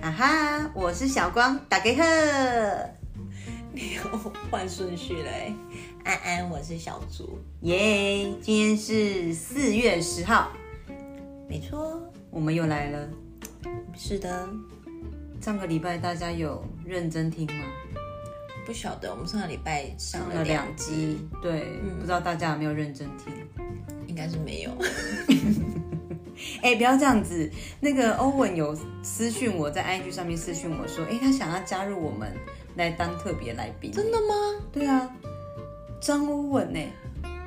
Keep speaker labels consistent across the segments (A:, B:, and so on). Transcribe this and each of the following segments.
A: 啊哈，我是小光，打给呵，
B: 你又 换顺序了欸安安，我是小猪，
A: 耶、今天是四月十号，
B: 没错，
A: 我们又来了。
B: 是的。
A: 上个礼拜大家有认真听吗？
B: 不晓得我们上个礼拜嗯上
A: 上
B: 了
A: 了两
B: 两集，
A: 集，对，不知道大家有没有认真听？
B: 应该是没有。
A: 哎、不要这样子。那个欧文有私讯我在 IG 上面私讯我说，哎、他想要加入我们来当特别来宾。
B: 真的吗？
A: 对啊，张欧文呢、哎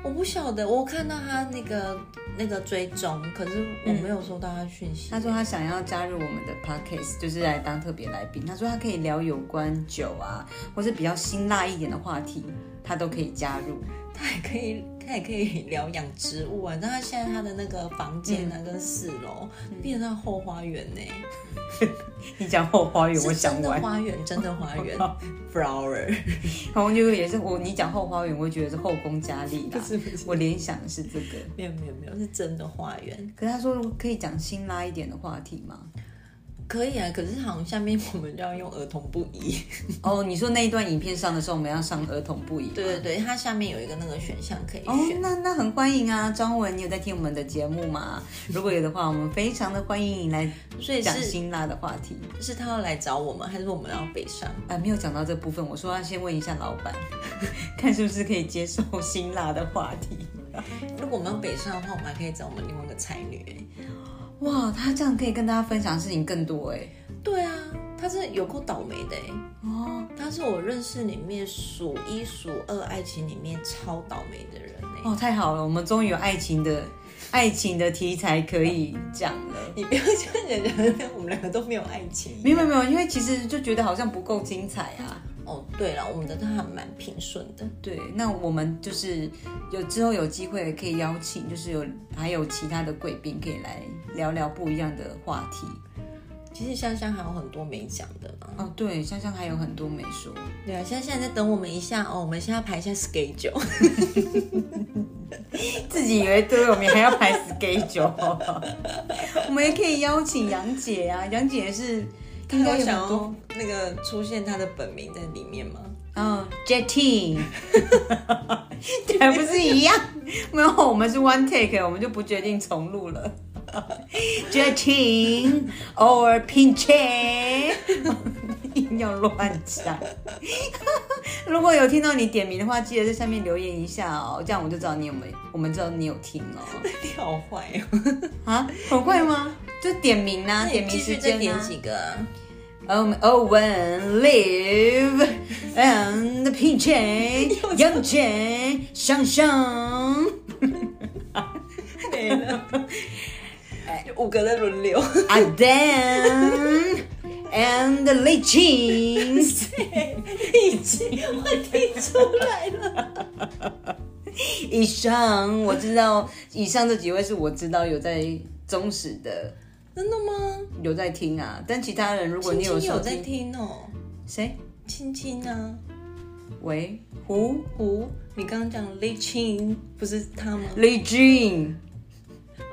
B: 我不晓得，我看到他那个那个追踪，可是我没有收到他讯息。
A: 嗯他说他想要加入我们的 podcast，就是来当特别来宾。他说他可以聊有关酒啊，或是比较辛辣一点的话题，他都可以加入。
B: 他还可以，他也可以疗养植物啊。你知道他现在他的那个房间
A: 嗯
B: 呢，跟四楼变成他后花园呢、
A: 你讲后花园，我
B: 是真
A: 讲
B: 的
A: 完。
B: 花园，真的花 园，flower，
A: 红妞也是我，你讲后花园，我觉得是后宫佳丽啦。
B: 是不是
A: 我联想的是这个。
B: 没有没有没有，是真的花园。
A: 可是他说可以讲辛辣一点的话题吗？
B: 可以啊，可是好像下面我们就要用儿童不宜。
A: 哦，你说那一段影片上的时候，我们要上儿童不宜吗。
B: 对对对，它下面有一个那个选项可以
A: 哦
B: 选。，
A: 那那很欢迎啊，张文，你有在听我们的节目吗？如果有的话，我们非常的欢迎你来
B: 所以
A: 讲
B: 是
A: 辛辣的话题。
B: 是他要来找我们，还是我们要北上？
A: 啊，没有讲到这部分，我说要先问一下老板， 看是不是可以接受辛辣的话题。
B: 如果我们要北上的话，我们还可以找我们另外一个才女、欸。
A: 哇，他这样可以跟大家分享的事情更多哎。
B: 对啊，她是有够倒霉的、欸，
A: 哦
B: 她是我认识里面数一数二爱情里面超倒霉的人、欸。
A: 哦，太好了，我们终于有爱情的爱情的题材可以讲了。
B: 你不要这样讲，人家我们两个都没有爱情。
A: 没有没有，因为其实就觉得好像不够精彩啊。
B: 哦，对了，我们的都还蛮平顺的。
A: 对，那我们就是有之后有机会可以邀请，就是有还有其他的贵宾可以来聊聊不一样的话题。
B: 其实香香还有很多没讲的嘛。
A: 哦，对，香香还有很多没说。
B: 对啊，现在现在在等我们一下哦，我们现在排一下 schedule。
A: 自己以为对，我们还要排 schedule，我们也可以邀请杨姐啊，杨姐是应该
B: 有
A: 有
B: 想
A: 很
B: 要
A: 多，
B: 那个出现他的本名在里面吗？
A: 嗯，Jetty，还不是一样？没有，我们是 one take，我们就不决定重录了。Jetty or Pinche，硬要乱讲。 如果有听到你点名的话，记得在下面留言一下哦，这样我就知道你有没有，我们知道你有听哦。
B: 你好坏哦！
A: 啊，很快吗？就点名啊，
B: 那
A: 点名
B: 你继续
A: 时
B: 再
A: 间
B: 点
A: 啊。
B: 几个 啊？
A: 我们 Owen Live and PJ 杨姐香香，
B: 没了，就哎五个在轮流。
A: 阿 Dan and 李 青，
B: 已经我听出来 了，
A: 以上我知道，以上这几位是我知道有在忠实的
B: 真的吗？
A: 有在听啊，但其他人如果
B: 青
A: 你有
B: 青
A: 手
B: 有在
A: 机，
B: 听哦，
A: 谁？
B: 青青啊，
A: 喂，胡
B: 胡，你刚刚讲李青不是他吗？
A: 李俊，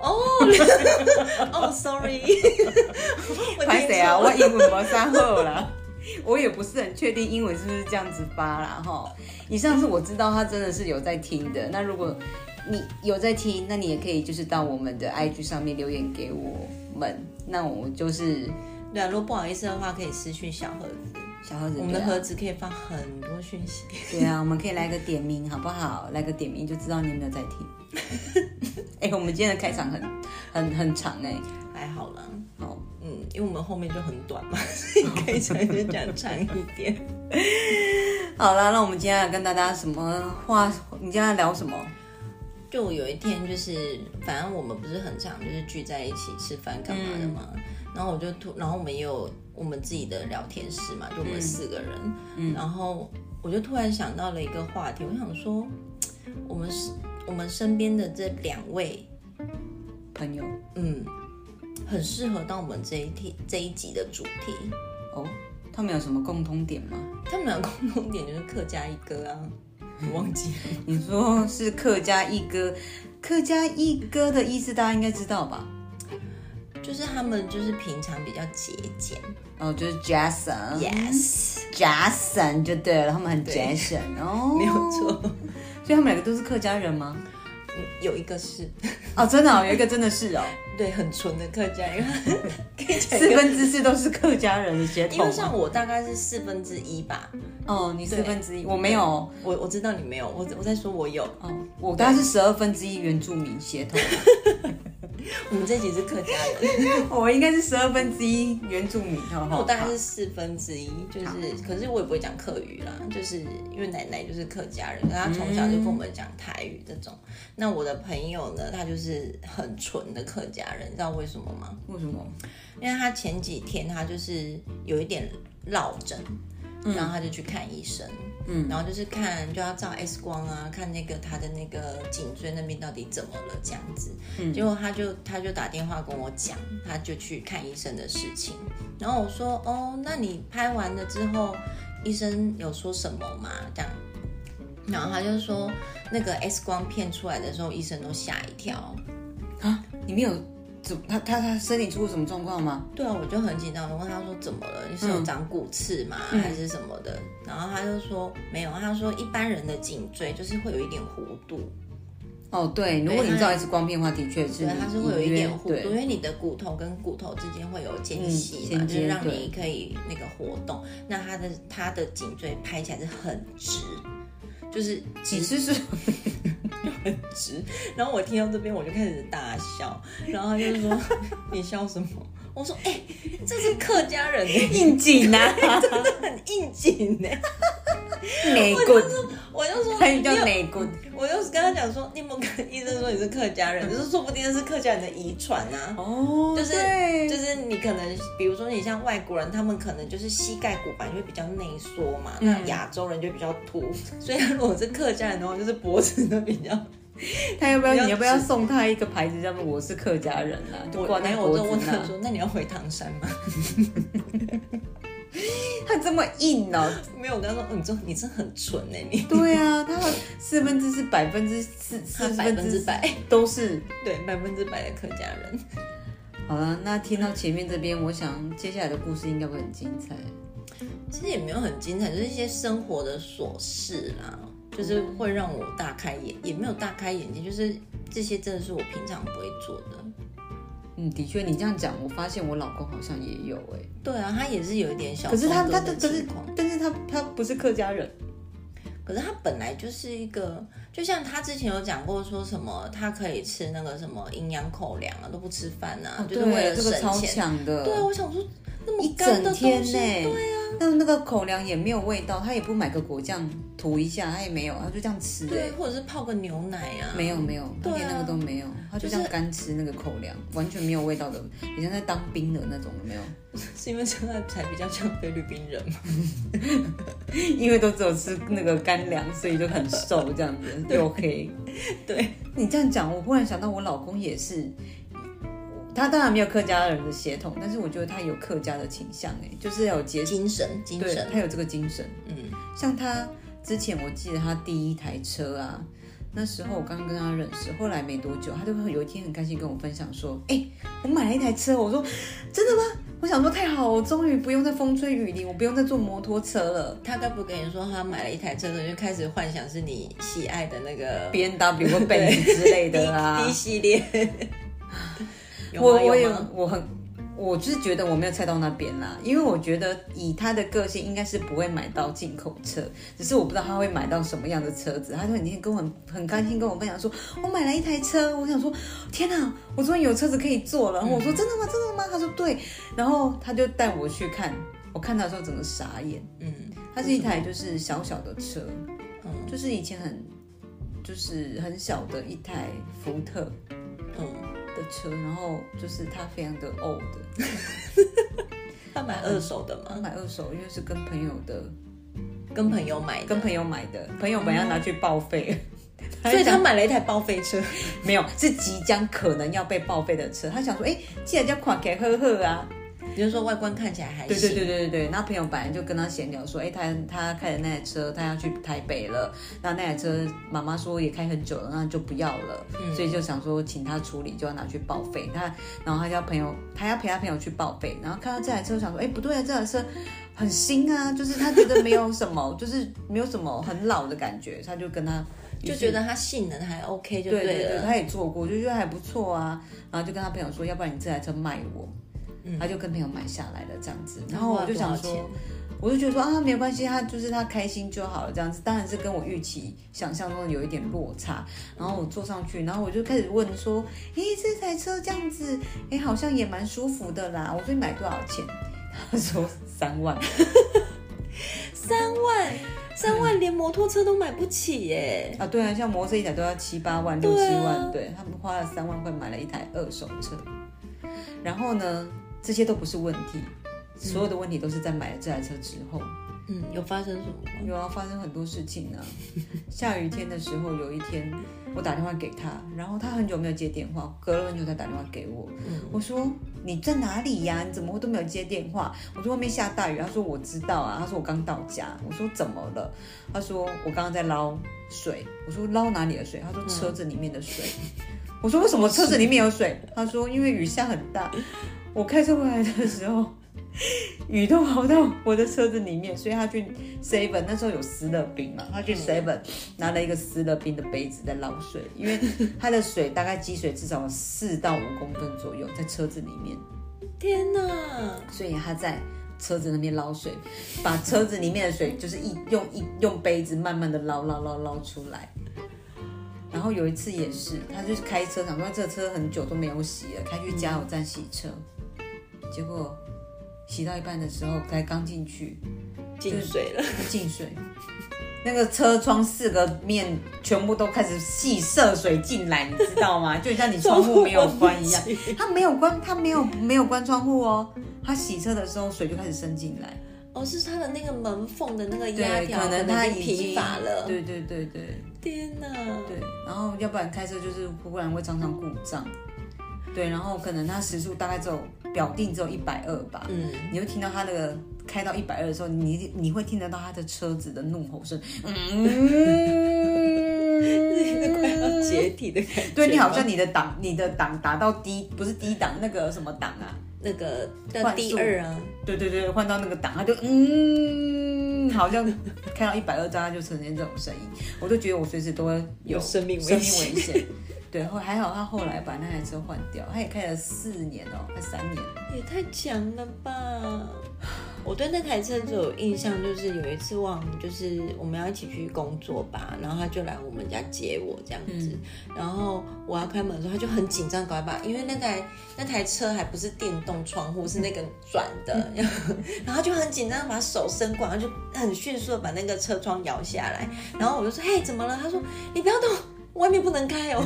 B: 哦， 哦，sorry，我
A: 拍
B: 听
A: 谁 啊？
B: 错了
A: 我英文没三后啦， 我也不是很确定英文是不是这样子发啦哈。以上是我知道他真的是有在听的，那如果你有在听，那你也可以就是到我们的 IG 上面留言给我们，那我就是
B: 对啊，如果不好意思的话，可以私讯小盒子。
A: 小盒子、
B: 我们的盒子可以放很多讯息。
A: 对啊，我们可以来个点名好不好？来个点名就知道你有没有在听。 哎、我们今天的开场很很很长哎、
B: 还好啦，
A: 好，
B: 嗯，因为我们后面就很短嘛， 所以可以长就讲长一点。
A: 好啦，那我们今天要跟大家什么话？你今天要聊什么？
B: 就有一天，就是反正我们不是很常就是聚在一起吃饭干嘛的嘛，然后我就突，然后我们也有我们自己的聊天室嘛，就我们四个人，然后我就突然想到了一个话题，我想说，我们是我们身边的这两位，
A: 朋友
B: 嗯，很适合当我们这一题这一集的主题。
A: 哦，他们有什么共通点吗？
B: 他们俩共同点就是客家一哥啊，我忘记了。
A: 你说是客家一哥，客家一哥的意思大家应该知道吧？
B: 就是他们就是平常比较节俭，
A: 然哦后就是 Jason，Jason
B: 嗯 Yes，
A: 就对了，他们很
B: 对
A: Jason 哦，
B: 没有。错，
A: 所以他们两个都是客家人吗？
B: 有一个是
A: 哦，真的、哦，有一个真的是 哦，
B: 对很纯的客家人， 可以讲一
A: 四
B: 个
A: 分之四都是客家人的血统
B: 因
A: 吗。
B: 为像我大概是四分之一吧，
A: 哦，你四分之一，我没有哦，
B: 我我知道你没有，我我在说我 有，
A: 我大概是十二分之一原住民血统，
B: 我们这集是客家 人，
A: 我应该是十二分之一原住民，好哦不好？
B: 我大概是四分之一，就是可是我也不会讲客语啦，就是因为奶奶就是客家人，可她从小就跟我们讲台语这种。那我的朋友呢，他就是很纯的客家人，你知道为什么吗？
A: 为什么？
B: 因为他前几天他就是有一点落枕，然后他就去看医生，嗯，然后就是看就要照 X 光啊，看那个他的那个颈椎那边到底怎么了这样子，结果他就他就打电话跟我讲，他就去看医生的事情，然后我说哦，那你拍完了之后，医生有说什么吗？这样。然后他就说，那个 X 光片出来的时候，医生都吓一跳。
A: 啊，你没有怎么他他他身体出过什么状况吗？
B: 对啊，我就很紧张，我问他说怎么了？你是
A: 嗯
B: 有长骨刺吗，还是什么的？然后他就说没有，他说一般人的颈椎就是会有一点弧度，
A: 哦，对，如果你
B: 他
A: 照 X 光片的话，的确是
B: 对，它是会有一点弧度，
A: 嗯对
B: 因为你的骨头跟骨头之间会有间隙嘛，
A: 嗯间
B: 就
A: 接
B: 是让你可以那个活动。那他的他的颈椎拍起来是很直，就是
A: 你
B: 直
A: 是是
B: 直。然后我听到这边我就开始大笑，然后他就 说你笑什么？我说哎、这是客家人 耶，
A: 应景啊，
B: 很应景呢。
A: 美国，
B: 我就说，
A: 还有
B: 你
A: 叫
B: 有
A: 美 国，
B: 我就跟他讲说，你有没有跟医生说你是客家人？就是说不定是客家人的遗传啊。
A: 哦，
B: 就是
A: 对
B: 就是你可能，比如说你像外国人，他们可能就是膝盖骨板就会比较内缩嘛，那亚洲人就比较凸，所以他如果是客家人的话，就是脖子都比较。
A: 他要不要
B: 你要
A: 你要不要送他一个牌子，叫做我是客家人啊，就挂
B: 没
A: 在
B: 有，我
A: 脖
B: 就问
A: 子
B: 他
A: 上。
B: 说，那你要回唐山吗？
A: 他这么硬哦，
B: 没有，我跟他说，嗯你这你这很纯哎、你
A: 对啊，他四分之四、百分之四、四
B: 他百分之百，
A: 都是。
B: 对，百分之百的客家人。
A: 好了，那听到前面这边，我想接下来的故事应该会很精彩。
B: 其实也没有很精彩，就是一些生活的琐事啦，就是
A: 嗯
B: 会让我大开眼，也没有大开眼界，就是这些真的是我平常不会做的。
A: 嗯，的确，你这样讲，我发现我老公好像也有哎、
B: 对啊，他也是有一点小
A: 可是他
B: 中
A: 他
B: 毒
A: 他
B: 的
A: 可是
B: 情况，
A: 但是他他不是客家人，
B: 可是他本来就是一个，就像他之前有讲过说什么，他可以吃那个什么营养口粮啊，都不吃饭啊，就是为了
A: 哦这个
B: 省
A: 超
B: 钱。
A: 强的，
B: 对啊，我想说那么
A: 一
B: 干的
A: 整
B: 东
A: 天
B: 西，
A: 呢、
B: 对啊。
A: 那那个口粮也没有味道，他也不买个果酱涂一下，他也没有，他就这样吃哎、
B: 对，或者是泡个牛奶啊，
A: 没有没有，他
B: 对啊
A: 连那个都没有，他就这样干吃那个口粮，完全没有味道的，很像在当兵的那种，有没有？
B: 是因为现在才比较像菲律宾人嘛，
A: 因为都只有吃那个干粮，所以就很瘦这样 子，又黑。
B: 对，
A: 你这样讲，我忽然想到我老公也是，他当然没有客家人的血统，但是我觉得他有客家的倾向，哎，就是要有节
B: 精神精
A: 对
B: 神，
A: 他有这个精神。
B: 嗯。
A: 像他之前，我记得他第一台车啊，那时候我刚跟他认识，后来没多久，他就会有一天很开心跟我分享说：“哎、我买了一台车。”我说：“真的吗？”我想说太好了，我终于不用再风吹雨淋，我不用再坐摩托车了。
B: 他该不会跟你说他买了一台车子就开始幻想是你喜爱的那个
A: B N W 或 Benz 之类的 啊
B: D，系列？有
A: 我
B: 吗
A: 我
B: 有
A: 有
B: 吗？
A: 我很。我就是觉得我没有猜到那边啦，因为我觉得以他的个性，应该是不会买到进口车，只是我不知道他会买到什么样的车子。他说你那天跟我很很开心跟我分享说，我买了一台车，我想说天哪，我终于有车子可以坐了。然后我说真的吗？真的吗？他说对，然后他就带我去看，我看到的时候整个傻眼。
B: 嗯，
A: 它是一台就是小小的车，
B: 嗯
A: 就是以前很就是很小的一台福特，
B: 嗯，
A: 的车，然后就是他非常的 old，
B: 他买二手的
A: 他
B: 吗？
A: 买二手，因为是跟朋友的，
B: 跟朋友买的
A: 跟，朋友买的，朋友本来要拿去报废，
B: 所以
A: 他
B: 他买了一台报废车。
A: 没有，是即将可能要被报废的车。他想说，哎，既然叫款给呵呵啊，
B: 你就说外观看起来还行，
A: 对对对对对对，那朋友本来就跟他闲聊说，哎，他他开的那台车，他要去台北了，那那台车妈妈说也开很久了，那就不要了，
B: 嗯
A: 所以就想说请他处理，就要拿去报废。他然后他叫朋友，他要陪他朋友去报废，然后看到这台车，想说，哎，不对啊，这台车很新啊，就是他觉得没有什么， 就是没有什么很老的感觉，他就跟他
B: 就觉得它性能还 OK 就
A: 对对
B: 了。
A: 对，他也做过，就觉得还不错啊，然后就跟他朋友说，要不然你这台车卖我，他就跟朋友买下来了这样子，然后我就想
B: 嗯花多少
A: 说
B: 钱。
A: 我就觉得说啊，没有关系，他就是他开心就好了，这样子当然是跟我预期想象中有一点落差。然后我坐上去，然后我就开始问说，诶，这台车这样子，诶，好像也蛮舒服的啦。我说你买多少钱？他说三万。
B: 三万，三万连摩托车都买不起耶！
A: 啊，对啊，像摩托车一台都要七八万、六
B: 对
A: 七
B: 啊
A: 万，对他们花了三万块买了一台二手车。然后呢，这些都不是问题，所有的问题都是在买了这台车之后，
B: 嗯，有发生什么吗？
A: 有啊，发生很多事情呢、下雨天的时候，有一天我打电话给他，然后他很久没有接电话，隔了很久才打电话给我。我说你在哪里呀、你怎么会都没有接电话？我说外面下大雨。他说我知道啊。他说我刚到家。我说怎么了？他说我刚刚在捞水。我说捞哪里的水？他说车子里面的水。我说为什么车子里面有水？他说因为雨下很大，我开车回来的时候。 雨都跑到我的车子里面，所以他去 seven 那时候有湿乐冰嘛，他去 seven 拿了一个湿乐冰的杯子在捞水，因为它的水大概积水至少四到五公分左右，在车子里面，
B: 天哪！
A: 所以他在车子那边捞水，把车子里面的水就是一用一用杯子慢慢的捞捞捞捞出来。然后有一次也是，他就是开车，想说这车很久都没有洗了，开去加油站洗车，结果洗到一半的时候，才刚进去，
B: 进水了，
A: 进水，那个车窗四个面全部都开始细射水进来，你知道 吗？就很像你窗户没有关一样
B: 窗户关不，
A: 他没有关，他没有没有关窗户哦。他洗车的时候水就开始渗进来，
B: 哦，是它的那个门缝的那个压
A: 对，
B: 条
A: 可能
B: 它
A: 他
B: 已
A: 已
B: 经
A: 经
B: 疲乏了。
A: 对对对对
B: 天哪！
A: 对，然后要不然开车就是忽然会常常故障，对，然后可能他时速大概只有表定只有一百二吧，
B: 嗯，
A: 你会听到他那个开到一百二的时候，你你会听得到他的车子的怒吼声，嗯，
B: 快要解体的感觉吗。
A: 对你好像你的档你的档打到低，不是低档那个什么档啊？
B: 那个那
A: 换
B: 第
A: 速
B: 二啊，
A: 对对对，换到那个档，他就嗯，好像开到一百二张，他就呈现这种声音，我就觉得我随时都会
B: 有生命危
A: 生
B: 险
A: 命危险。对，后还好他后来把那台车换掉，他也开了四年哦，快三年了。
B: 也太强了吧！我对那台车只有印象，就是有一次忘，就是我们要一起去工作吧，然后他就来我们家接我这样子，然后我要开门的时候，他就很紧张，赶快把，因为那台那台车还不是电动窗户，是那个转的， 然后他就很紧张，把手伸过来，然后就很迅速的把那个车窗摇下来，然后我就说：“嘿，怎么了？”他说：“你不要动，外面不能开哦。”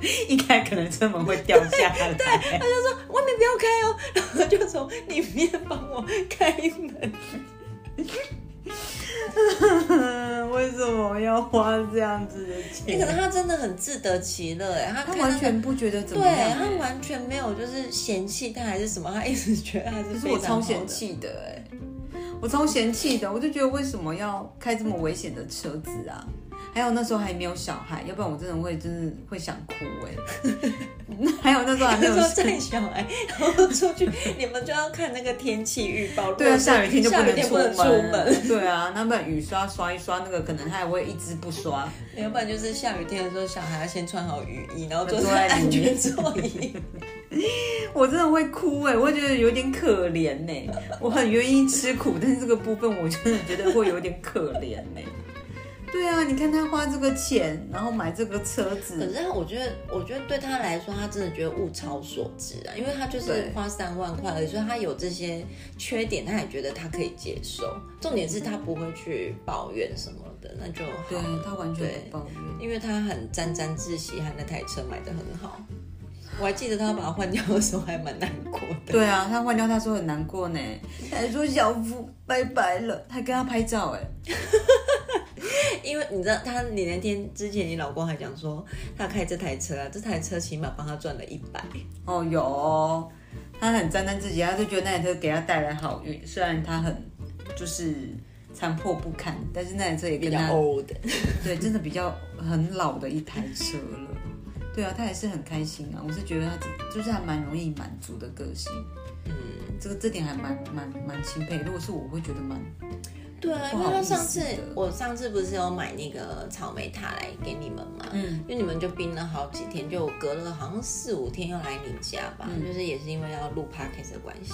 A: 应该可能车门会掉下来。 对，
B: 外面不要开哦，然后就从里面帮我开 门。
A: 嗯， 为什么要花这样子的
B: 那
A: 钱？
B: 欸可能他真的很自得其乐哎，他
A: 他
B: 看那个
A: 完全不觉得怎么
B: 对
A: 样
B: 他
A: 欸，
B: 完全没有就是嫌弃他还是什么，他一直觉得他是
A: 可是
B: 非
A: 我
B: 常好
A: 超
B: 的
A: 嫌。弃的哎、我超嫌弃的，我就觉得为什么要开这么危险的车子啊？还有那时候还没有小孩，要不然我真的会真的会想哭哎、 还有那时候还没
B: 那
A: 有
B: 时候带小孩，然后出去，你们就要看那个天气预报。
A: 对啊，
B: 如果是
A: 下雨天就
B: 下雨
A: 能
B: 天
A: 出
B: 不能出门，
A: 对啊，那不然雨刷刷一刷，那个可能他还会一直不刷。
B: 要不然就是下雨天的时候，小孩要先穿好雨衣，然后坐
A: 坐在
B: 在
A: 里面
B: 安全座椅。
A: 我真的会哭哎、我会觉得有点可怜呢、我很愿意吃苦，但是这个部分我真的觉得会有点可怜呢、对啊，你看他花这个钱，然后买这个车
B: 可
A: 子，
B: 是他，我觉得，我觉得对他来说，他真的觉得物超所值啊，因为他就是
A: 对
B: 花三万块而已，所以他有这些缺点，他也觉得他可以接受。重点是他不会去抱怨什么的，那就
A: 对
B: 好，
A: 他完全
B: 对
A: 不抱怨。
B: 因为他很沾沾自喜，他那台车买的很好。我还记得他把它换掉的时候还蛮难过的。
A: 对啊，他换掉他说很难过呢，他还说小夫拜拜了，还跟他拍照哎、
B: 因为你知道，他你那天之前，你老公还讲说，他开这台车啊，这台车起码帮他赚了一百。
A: 哦有哦他很沾沾自喜，他就觉得那台车给他带来好运，虽然他很就是残破不堪，但是那台车也
B: 比
A: 跟
B: 较
A: 他
B: old，
A: 对，真的比较很老的一台车了。对啊，他还是很开心啊。我是觉得他就是还蛮容易满足的个性，
B: 嗯，
A: 这个这点还蛮蛮蛮钦佩。如果是我，我会觉得蛮
B: 对啊，因
A: 不
B: 为
A: 好
B: 他
A: 意思
B: 上次
A: 的
B: 我上次不是有买那个草莓塔来给你们嘛，
A: 嗯，
B: 因为你们就冰了好几天，就隔了好像四五天又来你家吧，
A: 嗯
B: 就是也是因为要录 podcast 的关系，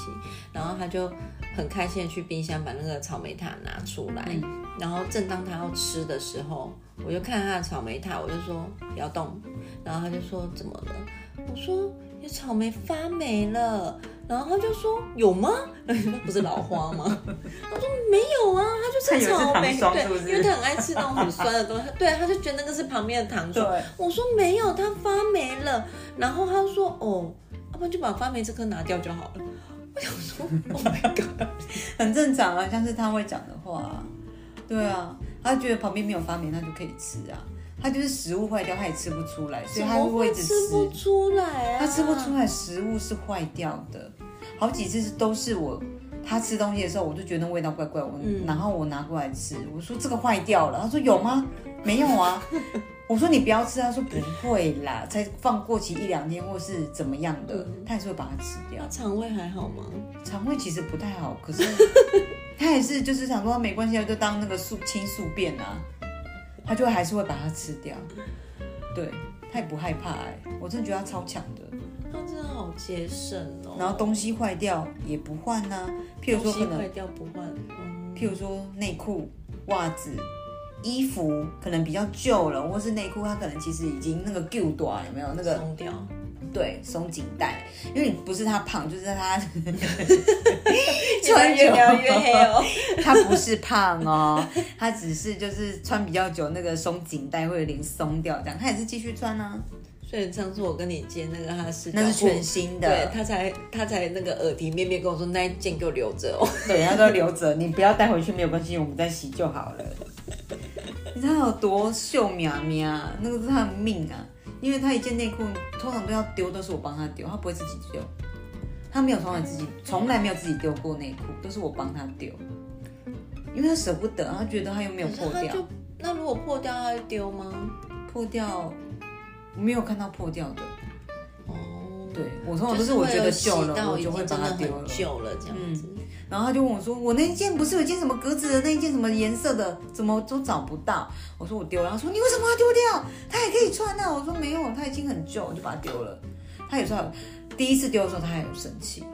B: 然后他就很开心的去冰箱把那个草莓塔拿出来，
A: 嗯
B: 然后正当他要吃的时候，我就看他的草莓塔，我就说不要动，然后他就说怎么了？我说有草莓发霉了，然后他就说有吗？不是老花吗？我说没有啊，他
A: 他
B: 就
A: 以为是
B: 草莓，
A: 糖霜
B: 对，
A: 是不是
B: 因为他很爱吃那种很酸的东西，对，他就觉得那个是旁边的糖霜。
A: 对
B: 我说没有，它发霉了。然后他说哦，要不然就把发霉这颗拿掉就好了。我想说，Oh my god！
A: 很正常啊，像是他会讲的话、啊，对啊，他觉得旁边没有发霉，他就可以吃啊。他就是食物坏掉，他也吃不出来，所以
B: 怎
A: 他
B: 么
A: 会
B: 会
A: 一直
B: 吃不出来啊？
A: 他吃不出来食物是坏掉的，好几次是都是我他吃东西的时候，我就觉得那味道怪怪，我、然后我拿过来吃，我说这个坏掉了，他说有吗？没有啊，我说你不要吃，他说不会啦，才放过期一两天或是怎么样的，他还是会把它吃掉
B: 那。肠胃还好吗？
A: 肠胃其实不太好，可是他还是就是想说没关系啊，就当那个宿清宿便啊，他就还是会把它吃掉，对他也不害怕哎、我真的觉得他超强的。
B: 他真的好节省哦。
A: 然后东西坏掉也不换呐、譬如说
B: 东西
A: 可
B: 坏
A: 能，
B: 掉不换，嗯，
A: 譬如说内裤、袜子、衣服可能比较旧了，或是内裤它可能其实已经那个旧短有没有那个
B: 松掉。
A: 对松紧带，因为你不是他胖，就是 他穿久
B: 哦。
A: 他不是胖哦，他只是就是穿比较久，那个松紧带会有点松掉，这样他也是继续穿啊，
B: 所以上次我跟你接那个他的试脚
A: 那
B: 裤，
A: 是全新
B: 对
A: 的，
B: 他才他才那个耳提面命跟我说那一件给我留着 哦。
A: 对，他都留着，你不要带回去没有关系，我们再洗就好了。你知道有多秀喵喵啊？那个是他的命啊！因为他一件内裤通常都要丢，都是我帮他丢，他不会自己丢。他没有从来自己，从来没有自己丢过内裤，都是我帮他丢，因为他舍不得，他觉得他又没有破
B: 可是
A: 掉
B: 他，就那如果破掉，他会丢吗？
A: 破掉没有看到破掉的。
B: 哦，
A: 对我通常
B: 就
A: 都是我觉
B: 会有
A: 得
B: 洗
A: 旧了，
B: 到
A: 我
B: 已
A: 就会
B: 经
A: 把
B: 真
A: 它
B: 的
A: 丢
B: 很
A: 了。嗯
B: 旧了这样子。
A: 然后他就问我说：“我那一件不是有一件什么格子的那一件什么颜色的，怎么都找不到？”我说：“我丢了。”他说：“你为什么要丢掉？它也可以穿啊。”我说：“没有，它已经很旧，我就把它丢了。”他有时候第一次丢的时候，他还有生气，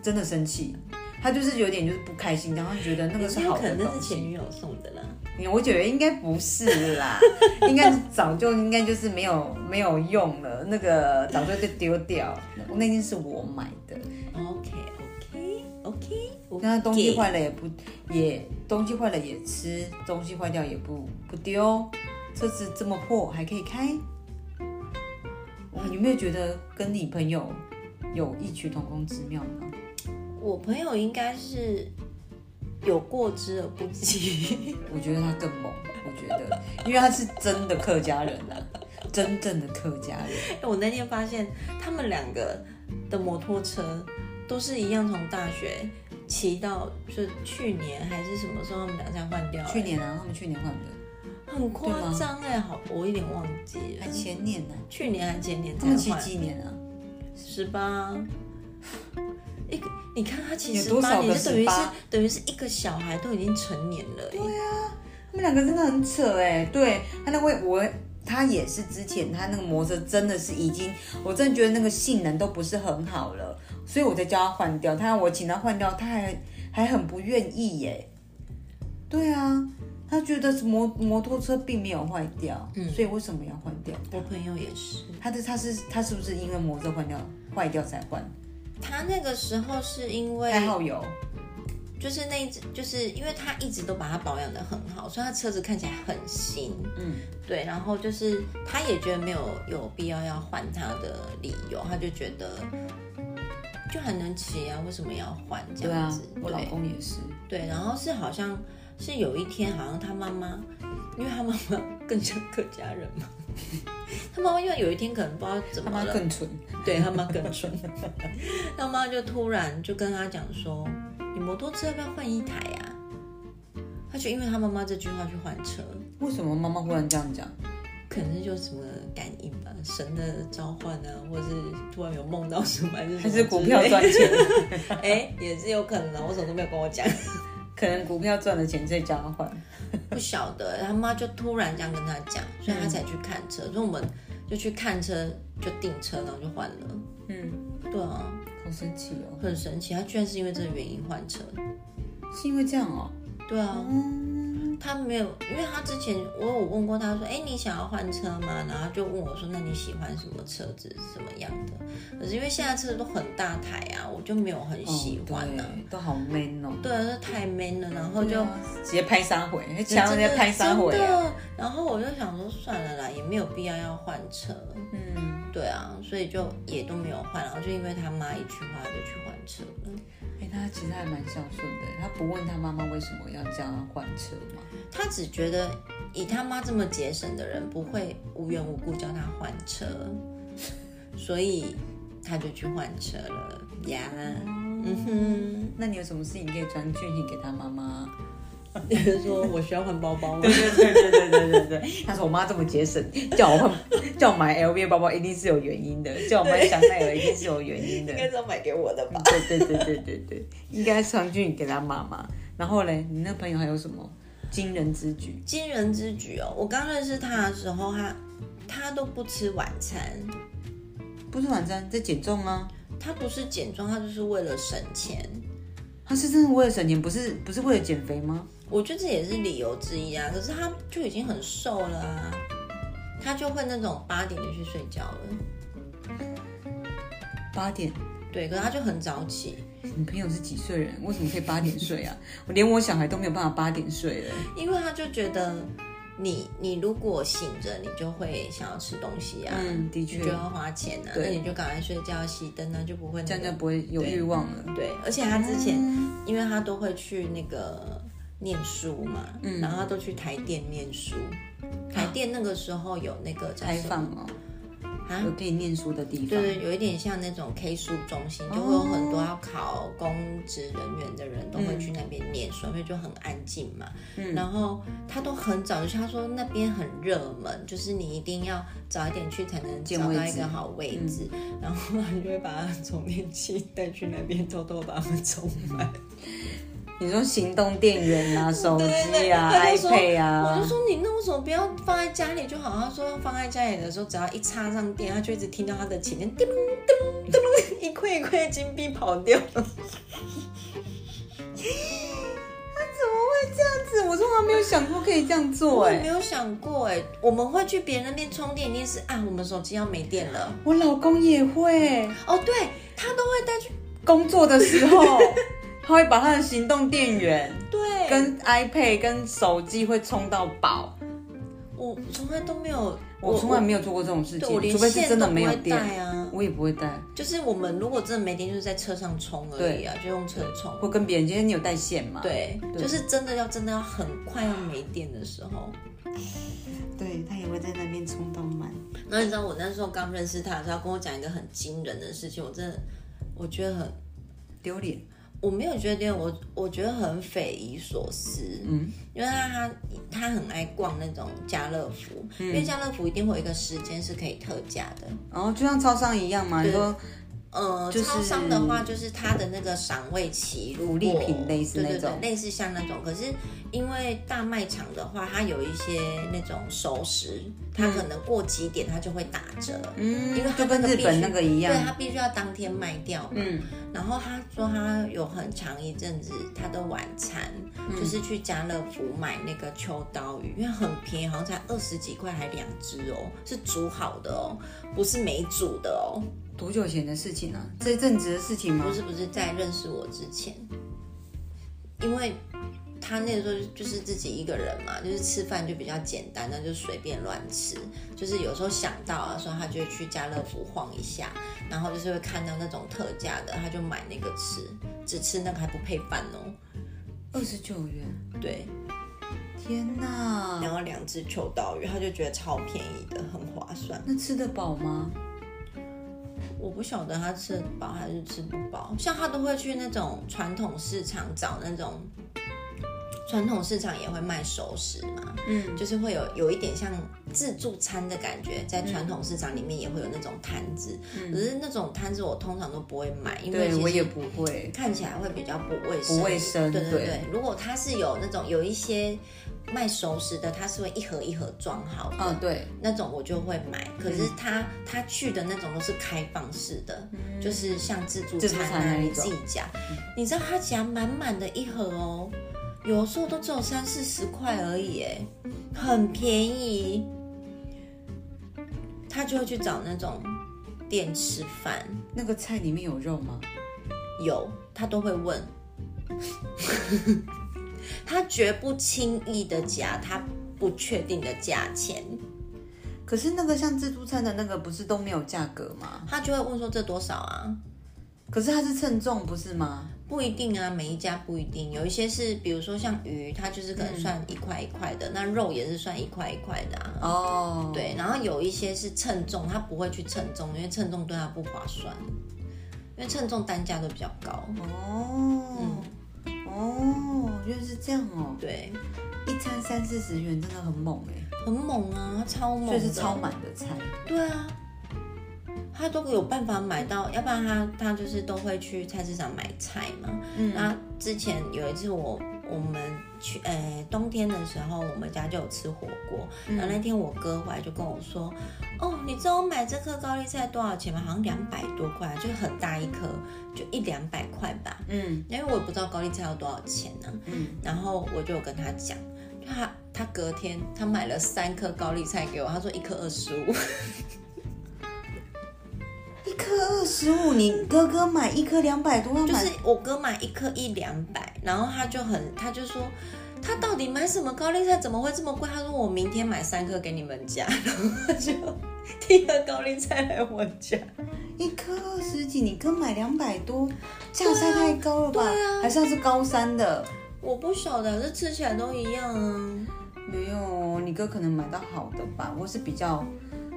A: 真的生气。他就是有点就是不开心，然后觉得那个是
B: 也有
A: 好
B: 可
A: 的
B: 能那
A: 东
B: 是前
A: 西。
B: 女友送的啦。
A: 我觉得应该不是 啦，应该是早就应该就是没有没有用了，那个早就就丢掉。 那件是我买的，
B: OK OK OK，
A: 那东西坏了也不也东西坏了也吃，东西坏掉也不不丢，车子这么破还可以开，哇！你有没有觉得跟你朋友有异曲同工之妙呢？
B: 我朋友应该是有过之而不及。
A: 我觉得他更猛，我觉得，因为他是真的客家人啊，真正的客家人。
B: 哎我那天发现他们两个的摩托车都是一样，从大学骑到就是去年还是什么时候，他们两家换掉了，
A: 去年啊，他们去年换的，
B: 很夸张哎，好，我有点忘记了
A: 还，前年呢、啊，
B: 去年还前年
A: 他
B: 才
A: 们骑
B: 换。
A: 几年啊？
B: 十八。一个，你看他其实
A: 有多
B: 八
A: 少
B: 年
A: 个
B: 就等于是
A: 18
B: 等于是一个小孩都已经成年了
A: 啊
B: 欸耶，
A: 他们两个真的很扯哎、对他那位我。他也是之前他那个摩托车真的是已经，我真的觉得那个性能都不是很好了，所以我才叫他换掉。他我请他换掉，他还还很不愿意耶、对啊，他觉得摩摩托车并没有坏掉，所以为什么要换掉？
B: 我朋友也是，
A: 他的他是他是不是因为摩托车换掉坏掉才换？
B: 他那个时候是因为
A: 太耗油，
B: 就是那一只，就是因为他一直都把它保养的很好，所以他车子看起来很新。
A: 嗯，
B: 对，然后就是他也觉得没有有必要要换他的理由，他就觉得就还能骑啊，为什么要换这
A: 对
B: 样
A: 啊
B: 子？，
A: 我老公也是，
B: 对，然后是好像是有一天好像他妈妈，因为他妈妈 更像客家人嘛，他妈妈因为有一天可能不知道怎
A: 他
B: 么
A: 妈
B: 了，
A: 更蠢，
B: 对他妈更蠢， 他妈就突然就跟他讲说：“你摩托车要不要换一台呀、他就因为他妈妈这句话去换车，
A: 为什么妈妈忽然这样讲？
B: 可能是有什么感应吧，神的召唤啊，或是突然有梦到什么，还是
A: 还
B: 还
A: 是股票赚钱？
B: 哎、也是有可能啊。我什么都没有跟我讲，
A: 可能股票赚了钱再交换。
B: 不晓得。他妈就突然这样跟他讲，
A: 嗯
B: 所以他才去看车。所以我们就去看车，就订车，然后就换了。
A: 嗯，
B: 对啊，
A: 好神奇哦，
B: 很神奇，他居然是因为这个原因换车。
A: 是因为这样哦。
B: 对啊，
A: 嗯
B: 他没有，因为他之前我有问过他说，哎，你想要换车吗？然后他就问我说，那你喜欢什么车子，什么样的？可是因为现在车子都很大台啊，我就没有很喜欢呢、
A: 哦啊对啊都好 man 哦。
B: 对啊，这太 man 了，然后就。
A: 直接拍三回，
B: 真
A: 强人
B: 的
A: 家拍三回
B: 真
A: 啊。
B: 的，然后我就想说算了啦，也没有必要要换车，
A: 嗯，
B: 对啊，所以就也都没有换，然后就因为他妈一句话就去换车了。
A: 哎，他其实还蛮孝顺的，他不问他妈妈为什么要叫他换车嘛。
B: 他只觉得以他妈这么节省的人，不会无缘无故叫他换车，所以他就去换车了呀。嗯
A: 那你有什么事情可以传讯息给他妈妈？
B: 哼，说我需要换包包吗？
A: 对对对对对对， 他说我妈这么节省，叫我换，叫我买 LV 包包一定是有原因的，叫我买香奈儿一定是有原因的。
B: 应该是要买给我的吧？
A: 嗯对对对对对对，应该传讯息给他妈妈。然后嘞，你那朋友还有什么惊人之举？
B: 惊人之举哦！我刚认识他的时候，他他都不吃晚餐，
A: 不是晚餐在减重啊，
B: 他不是减重，他就是为了省钱。
A: 他是真的为了省钱，不是不是为了减肥吗？
B: 我觉得这也是理由之一啊。可是他就已经很瘦了啊，他就会那种八点就去睡觉了。
A: 八点，
B: 对，可是他就很早起，
A: 你朋友是几岁人？为什么可以八点睡啊？我连我小孩都没有办法八点睡了。
B: 因为他就觉得你你如果醒着，你就会想要吃东西啊，
A: 嗯的确
B: 你就要花钱啊，那你就赶快睡觉熄灯啊，就不会、那
A: 这
B: 个
A: 样就不嗯会有欲望了。
B: 对，而且他之前，因为他都会去那个念书嘛，
A: 嗯
B: 然后他都去台电念书。台电那个时候有那个叫
A: 开
B: 什么
A: 放哦，有可以念书的地方嗯
B: 啊
A: 哦
B: 对。对，有一点像那种 K 书中心，就会有很多要考公职人员的人都会
A: 嗯
B: 去那边念书，所以就很安静嘛。然后他都很早就去，他说那边很热门，就是你一定要早一点去才能
A: 见
B: 找到
A: 位
B: 一
A: 置嗯
B: 个好位置。 然后他就会把他充电器带去那边，偷偷把他们充满。
A: 你说行动电源啊、手机啊、
B: 他就说
A: iPad
B: 我就
A: 啊，
B: 说你那为什么不要放在家里就好？他说放在家里的时候，只要一插上电，他就一直听到他的琴键叮咚叮咚叮咚，一块一块的金币跑掉。
A: 这样子我从来没有想过可以这样做
B: 我
A: 哎、
B: 也没有想过哎，我们会去别人那边充电，一定是啊，我们手机要没电了。
A: 我老公也会，
B: 哦，对他都会带去，
A: 工作的时 候他会把他的行动电源
B: 对，
A: 跟 iPad 跟手机会充到饱。
B: 我从来都没有，
A: 我从来没有做过这种事
B: 对我
A: 情，
B: 连
A: 除非是
B: 线
A: 真
B: 都
A: 的
B: 不
A: 没有
B: 会带
A: 电，
B: 啊。
A: 我也不会带。
B: 就是我们如果真的没电，就是在车上充而已啊，就用车充。
A: 我跟别人今天你有带线吗？
B: 对，就是真的要真的要很快要没电的时候。
A: 对，他也会在那边充到满。
B: 然后你知道我那时候刚认识他的时候，他跟我讲一个很惊人的事情，我真的我觉得很，
A: 丢脸，
B: 我没有觉得我我觉得很匪夷所思。嗯，因为他他他很爱逛那种家乐福，
A: 嗯
B: 因为家乐福一定会有一个时间是可以特价的。
A: 然后就像超商一样嘛，你说
B: 呃，
A: 就是
B: 超商的话，就是它的那个赏味期如果，
A: 福利品类似
B: 对对
A: 那种
B: 对类似像那种。可是因为大卖场的话，它有一些那种熟食，
A: 嗯
B: 它可能过几点它就会打折，嗯，因为它
A: 就跟
B: 那个
A: 日
B: 必
A: 本
B: 须
A: 那个一样
B: 对，它必须要当天卖掉
A: 嗯
B: 嘛。然后他说他有很长一阵子他的晚餐、就是去家乐福买那个秋刀鱼，因为很便宜，好像才二十几块，还两只哦，是煮好的哦，不是没煮的哦。
A: 多久以前的事情啊？这一阵子的事情吗
B: 不？是不是在认识我之前，因为他那个时候就是自己一个人嘛，就是吃饭就比较简单，那就随便乱吃。就是有时候想到啊，说他就会去家乐福晃一下，然后就是会看到那种特价的，他就买那个吃，只吃那个还不配饭哦。
A: 二十九元，
B: 对，
A: 天哪！
B: 然后两只秋刀鱼，他就觉得超便宜的，很划算。
A: 那吃得饱吗？
B: 我不晓得他吃得饱还是吃不饱，像他都会去那种传统市场找那种。传统市场也会卖熟食嘛，嗯，就是会有有一点像自助餐的感觉，在传统市场里面也会有那种摊子，可是那种摊子我通常都不会买，因
A: 嗯
B: 为
A: 对
B: 其实
A: 我也不会。
B: 看起来会比较不卫生，
A: 不卫生
B: 对对
A: 对
B: 对，如果它是有那种有一些卖熟食的，它是会一盒一盒装好的，
A: 啊，对，
B: 那种我就会买。可是他他去的那种都是开放式的，就是像自助
A: 自助
B: 餐
A: 餐
B: 啊，
A: 那一
B: 你
A: 种
B: 自己夹。你知道他夹满满的一盒哦，有时候都只有三四十块而已，哎，很便宜。他就会去找那种店吃饭，
A: 那个菜里面有肉吗？
B: 有他都会问。他绝不轻易的夹他不确定的价钱，
A: 可是那个像自助餐的那个不是都没有价格吗？
B: 他就会问说这多少啊？
A: 可是它是称重不是吗？
B: 不一定啊，每一家不一定，有一些是，比如说像鱼，它就是可能算一块一块的，那肉也是算一块一块的啊。
A: 哦，
B: 对，然后有一些是称重，它不会去称重，因为称重对它不划算，因为称重单价都比较高。
A: 哦，哦，原来是这样哦，
B: 对，
A: 一餐三四十元真的很猛哎，
B: 很猛啊，超猛，
A: 所以是超。满的菜。
B: 对啊，他都有办法买到，要不然他他就是都会去菜市场买菜嘛。嗯，那之前有一次我我们去呃冬天的时候，我们家就有吃火锅，然呃
A: 嗯
B: 后那天我哥回来就跟我说，哦，你知道我买这颗高丽菜多少钱吗？好像两百多块，就很大一颗，就一两百块吧。
A: 嗯
B: 因为我也不知道高丽菜要多少钱呢、
A: 嗯，
B: 然后我就有跟他讲，他他隔天他买了三颗高丽菜给我，他说一颗二十五。
A: 一颗二十五，你哥哥买一颗两百多，他
B: 就
A: 买
B: 是我哥买一颗一两百，然后他就很，他就说他到底买什么高丽菜，怎么会这么贵？他说我明天买三颗给你们家，然后他就 第一颗高丽菜来我家，
A: 一颗二十几，你哥买两百多，价
B: 啊
A: 差太高了吧？还是他是高山的？
B: 我不晓得，这吃起来都一样啊。
A: 没有，你哥可能买到好的吧，或是比较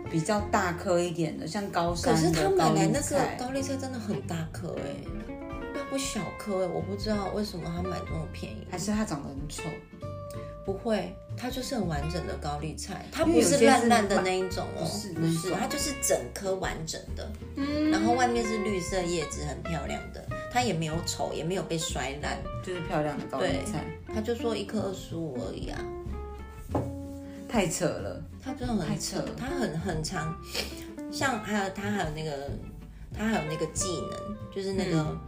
A: 比较大颗一点的，像高山
B: 可
A: 的
B: 是他买来
A: 高丽
B: 那个
A: 菜
B: 高丽菜真的很大颗哎、那不小颗哎、我不知道为什么他买这么便宜。
A: 还是他长得很丑？
B: 不会，它就是很完整的高丽菜，它
A: 因为
B: 不
A: 有些
B: 是
A: 是
B: 烂烂的那一种哦，
A: 不是
B: 不
A: 那
B: 是，
A: 种
B: 它就是整颗完整的，嗯，然后外面是绿色叶子，很漂亮的，它也没有丑，也没有被摔烂，
A: 哎就是漂亮的高丽菜，
B: 他就说一颗二十五而已啊，
A: 太扯了。
B: 它真的很
A: 扯了
B: 它很很长，像还有它还有那个它还有那个技能，就是那个。
A: 嗯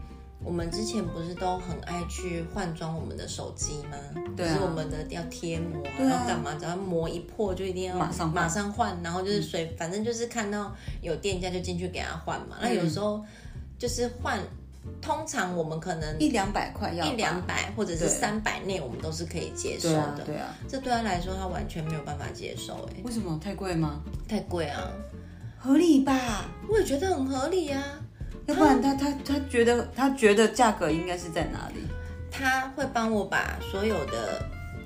B: 我们之前不是都很爱去换装我们的手机吗？
A: 对啊
B: 就是我们的要贴膜啊，
A: 对啊
B: 要干嘛？只要膜一破就一定要
A: 马上换嗯
B: 马上换，然后就是随、反正就是看到有店家就进去给他换嘛。
A: 嗯
B: 那有时候就是换，通常我们可能
A: 一两百块要吧
B: 嗯一两百或者是
A: 对
B: 三百内，我们都是可以接受
A: 对啊
B: 的。
A: 对啊，
B: 这对他来说，他完全没有办法接受、哎。
A: 为什么太贵吗？
B: 太贵啊！
A: 合理吧？
B: 我也觉得很合理啊。
A: 要不然他他他觉得他觉得价格应该是在哪里？
B: 他会帮我把所有的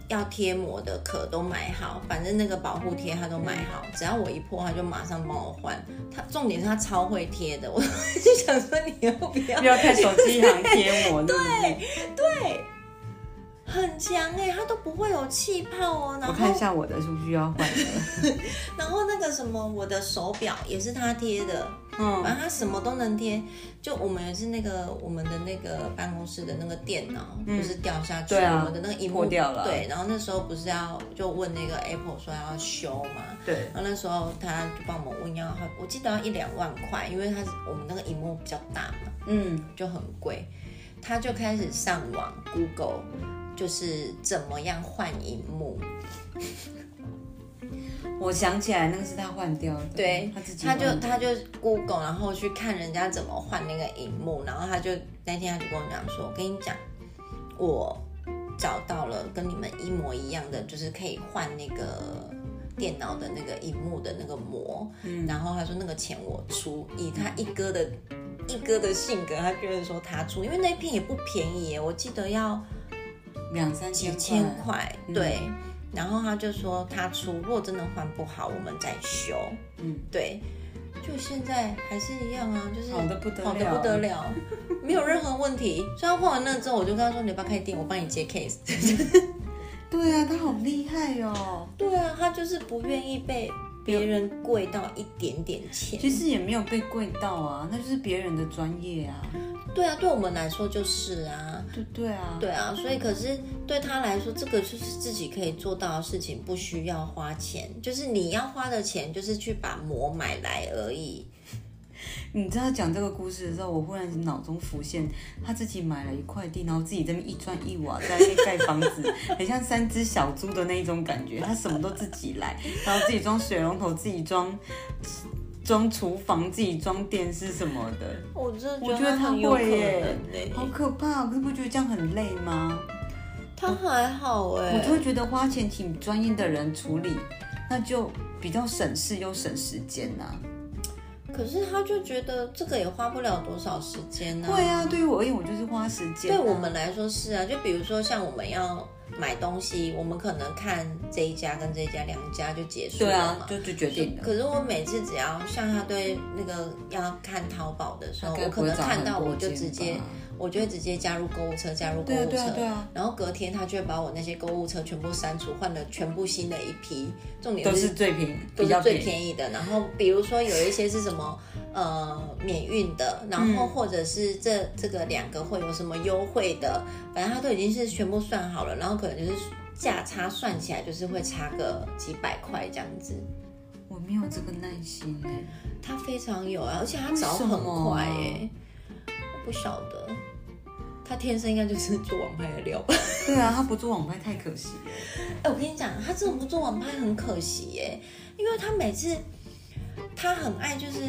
B: 要贴膜的壳都买好，反正那个保护贴他都买好，
A: 嗯
B: 只要我一破，他就马上帮我换。他重点是他超会贴的，我 就想说你要不要？
A: 不要看手机行贴我，对不对？
B: 很强哎、他都不会有气泡哦。然
A: 我看一
B: 后，
A: 下我的是不是要换了？
B: 然后那个什么，我的手表也是他贴的。
A: 嗯
B: 反正他什么都能贴，就我们也是那个我们的那个办公室的那个电脑、不是掉下去，
A: 对啊
B: 我们的那个荧幕
A: 破掉了
B: 对，然后那时候不是要就问那个 Apple 说要修嘛，
A: 对，
B: 然后那时候他就帮我们问要，我记得要一两万块，因为他是我们那个荧幕比较大嘛，
A: 嗯，
B: 就很贵，他就开始上网 Google，就是怎么样换荧幕，
A: 我想起来那个是他换掉的，
B: 对，
A: 他自己
B: 他
A: 换
B: 就
A: 的
B: 他就 Google，然后去看人家怎么换那个荧幕，然后他就那天他就跟我讲说，我跟你讲，我找到了跟你们一模一样的，就是可以换那个电脑的那个荧幕的那个膜，
A: 嗯
B: 然后他说那个钱我出，以他一哥的一哥的性格，他觉得说他出，因为那片也不便宜耶，我记得要
A: 两三千
B: 几
A: 块
B: 千块，对。然后他就说他出，如果真的换不好，我们再修。
A: 嗯，
B: 对，就现在还是一样啊，就是
A: 好得不得了
B: 好得不得了， 没有任何问题。所以他换完那之后，我就跟他说：“你要不要开店？我帮你接 case。
A: 对啊，他好厉害哦”。
B: 对啊，他就是不愿意被别人贵到一点点钱。
A: 其实也没有被跪到啊，那就是别人的专业啊，
B: 对啊，对我们来说就是啊，
A: 对对啊，
B: 对啊，所以可是对他来说，这个就是自己可以做到的事情，不需要花钱。就是你要花的钱，就是去把膜买来而已。
A: 你知道讲这个故事的时候，我忽然脑中浮现，他自己买了一块地，然后自己这么一砖一瓦在那边盖房子，很像三只小猪的那一种感觉。他什么都自己来，然后自己装水龙头，自己装装厨房，自己装电视什么的，
B: 哦我真的
A: 我觉得
B: 他
A: 他
B: 很有可
A: 会
B: 能
A: 耶
B: 欸
A: 好可怕！可是不觉得这样很累吗？
B: 他还好哎、
A: 我就会觉得花钱请专业的人处理，那就比较省事又省时间啊呐、嗯
B: 可是他就觉得这个也花不了多少时间呢、
A: 对啊，对于我而言，我就是花时间啊、
B: 对我们来说是啊，就比如说像我们要买东西，我们可能看这一家跟这一家两家就结束
A: 对
B: 了
A: 啊
B: 嘛，。
A: 就就决定了。
B: 可是我每次只要像他对那个要看淘宝的时候，
A: 该
B: 嗯我
A: 不
B: 可
A: 会
B: 能
A: 找
B: 看
A: 很
B: 到
A: 多啊
B: 我就
A: 间
B: 直接
A: 吧，
B: 我就会直接加入购物车，加入购
A: 对啊
B: 物
A: 对啊
B: 车，
A: 对啊
B: 然后隔天他就会把我那些购物车全部删除，换了全部新的一批。重点
A: 都
B: 是
A: 是最平，比
B: 都是
A: 较
B: 最
A: 宜。
B: 便宜的。然后比如说有一些是什么呃免运的，
A: 嗯
B: 然后或者是这、这个两个会有什么优惠的，反正它都已经是全部算好了，然后可能就是价差算起来就是会差个几百块这样子。
A: 我没有这个耐心哎、
B: 他非常有啊，而且他找
A: 为什
B: 很
A: 么
B: 快
A: 啊
B: 耶、我不晓得。他天生应该就是做网拍的料吧？
A: 对啊，他不做网拍太可惜了。
B: 哎、我跟你讲，他这种不做网拍很可惜耶，因为他每次他很爱就是，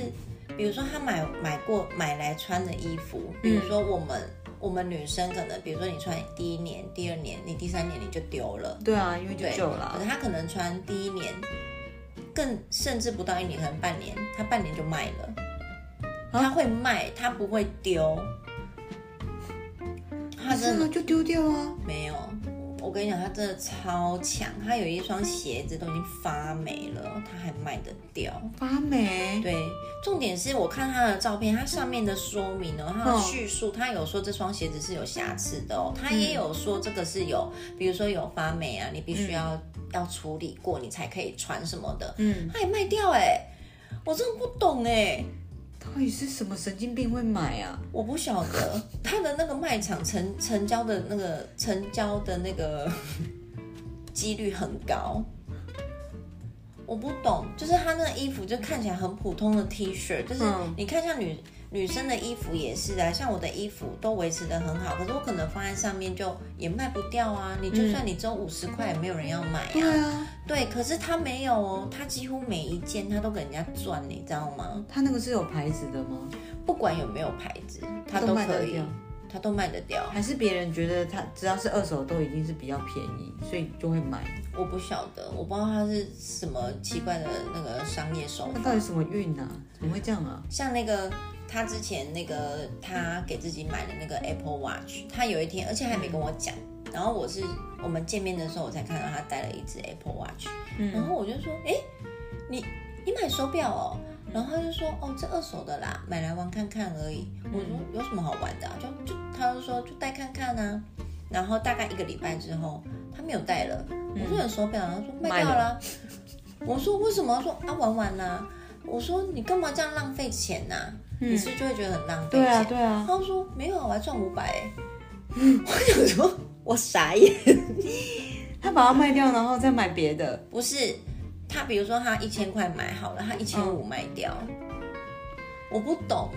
B: 比如说他买买过买来穿的衣服，比
A: 嗯
B: 如说我们、我们女生可能，比如说你穿第一年、第二年，你第三年你就丢了，
A: 对啊，因为就
B: 对，
A: 旧
B: 可
A: 了。
B: 是他可能穿第一年，更甚至不到一年，可能半年，他半年就卖了。
A: 啊
B: 他会卖，他不会丢。他
A: 可是
B: 真的
A: 呢，就丢掉啊。
B: 没有，我跟你讲，他真的超强。他有一双鞋子都已经发霉了，他还卖得掉。
A: 发霉，
B: 对，重点是我看他的照片，它上面的说明呢，它的
A: 嗯
B: 叙述，它有说这双鞋子是有瑕疵的哦，它也有说这个是有，比如说有发霉啊，你必须要、要处理过，你才可以穿什么的。
A: 嗯，
B: 它也卖掉哎、我真的不懂哎、
A: 到底是什么神经病会买啊？
B: 我不晓得他的那个卖场成成交的那个成交的那个几率很高，我不懂，就是他那个衣服就看起来很普通的 T 恤，就是
A: 嗯
B: 你看像女女生的衣服也是啊，像我的衣服都维持的很好，可是我可能放在上面就也卖不掉啊，你就算你只有五十块，也没有人要买
A: 嗯对
B: 啊。
A: 啊，
B: 对，可是他没有哦，他几乎每一件他都给人家赚，你知道吗？
A: 他那个是有牌子的吗？
B: 不管有没有牌子，他都
A: 卖
B: 可
A: 得
B: 以
A: 掉，，
B: 他都卖得掉。
A: 还是别人觉得他只要是二手都一定是比较便宜，所以就会买。
B: 我不晓得，我不知道他是什么奇怪的那个商业手
A: 那
B: 法
A: 到。底什么运啊？怎么会这样啊？
B: 像那个他之前那个他给自己买的那个 Apple Watch，他有一天，而且还没跟我讲。然后我是我们见面的时候，我才看到他带了一只 Apple Watch，、然
A: 嗯
B: 后我就说，哎，你你买手表哦？然后他就说，哦，这二手的啦，买来玩看看而已。我说
A: 嗯
B: 有什么好玩的、啊？就就他就说就戴看看啊。然后大概一个礼拜之后，他没有戴了。我说有手表啊，他说卖掉
A: 嗯卖
B: 了
A: 了
B: 啊。我说为什么？他说啊玩玩啦、我说你干嘛这样浪费钱呐、啊你是不是就会觉得很浪费钱。
A: 对啊，
B: 他说没有啊，我还赚五百、欸。我想说，我傻眼。
A: 他把它卖掉，然后再买别的，
B: 不是他，比如说他一千块买好了，他一千五卖掉，我不懂。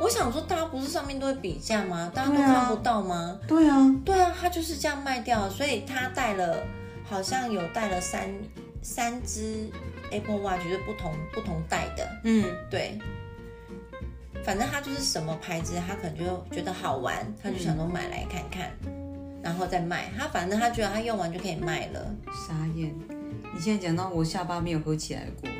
B: 我想说，大家不是上面都会比价吗？大家都
A: 对啊
B: 看不到吗？
A: 对啊，
B: 对啊，他就是这样卖掉，所以他带了，好像有带了三三只 Apple Watch，就是不同不同代的。
A: 嗯，
B: 对，反正他就是什么牌子，他可能就觉得好玩，他就想说买来看看，然后再卖。他反正他觉得他用完就可以卖了。
A: 傻眼！你现在讲到我下巴没有合起来 过，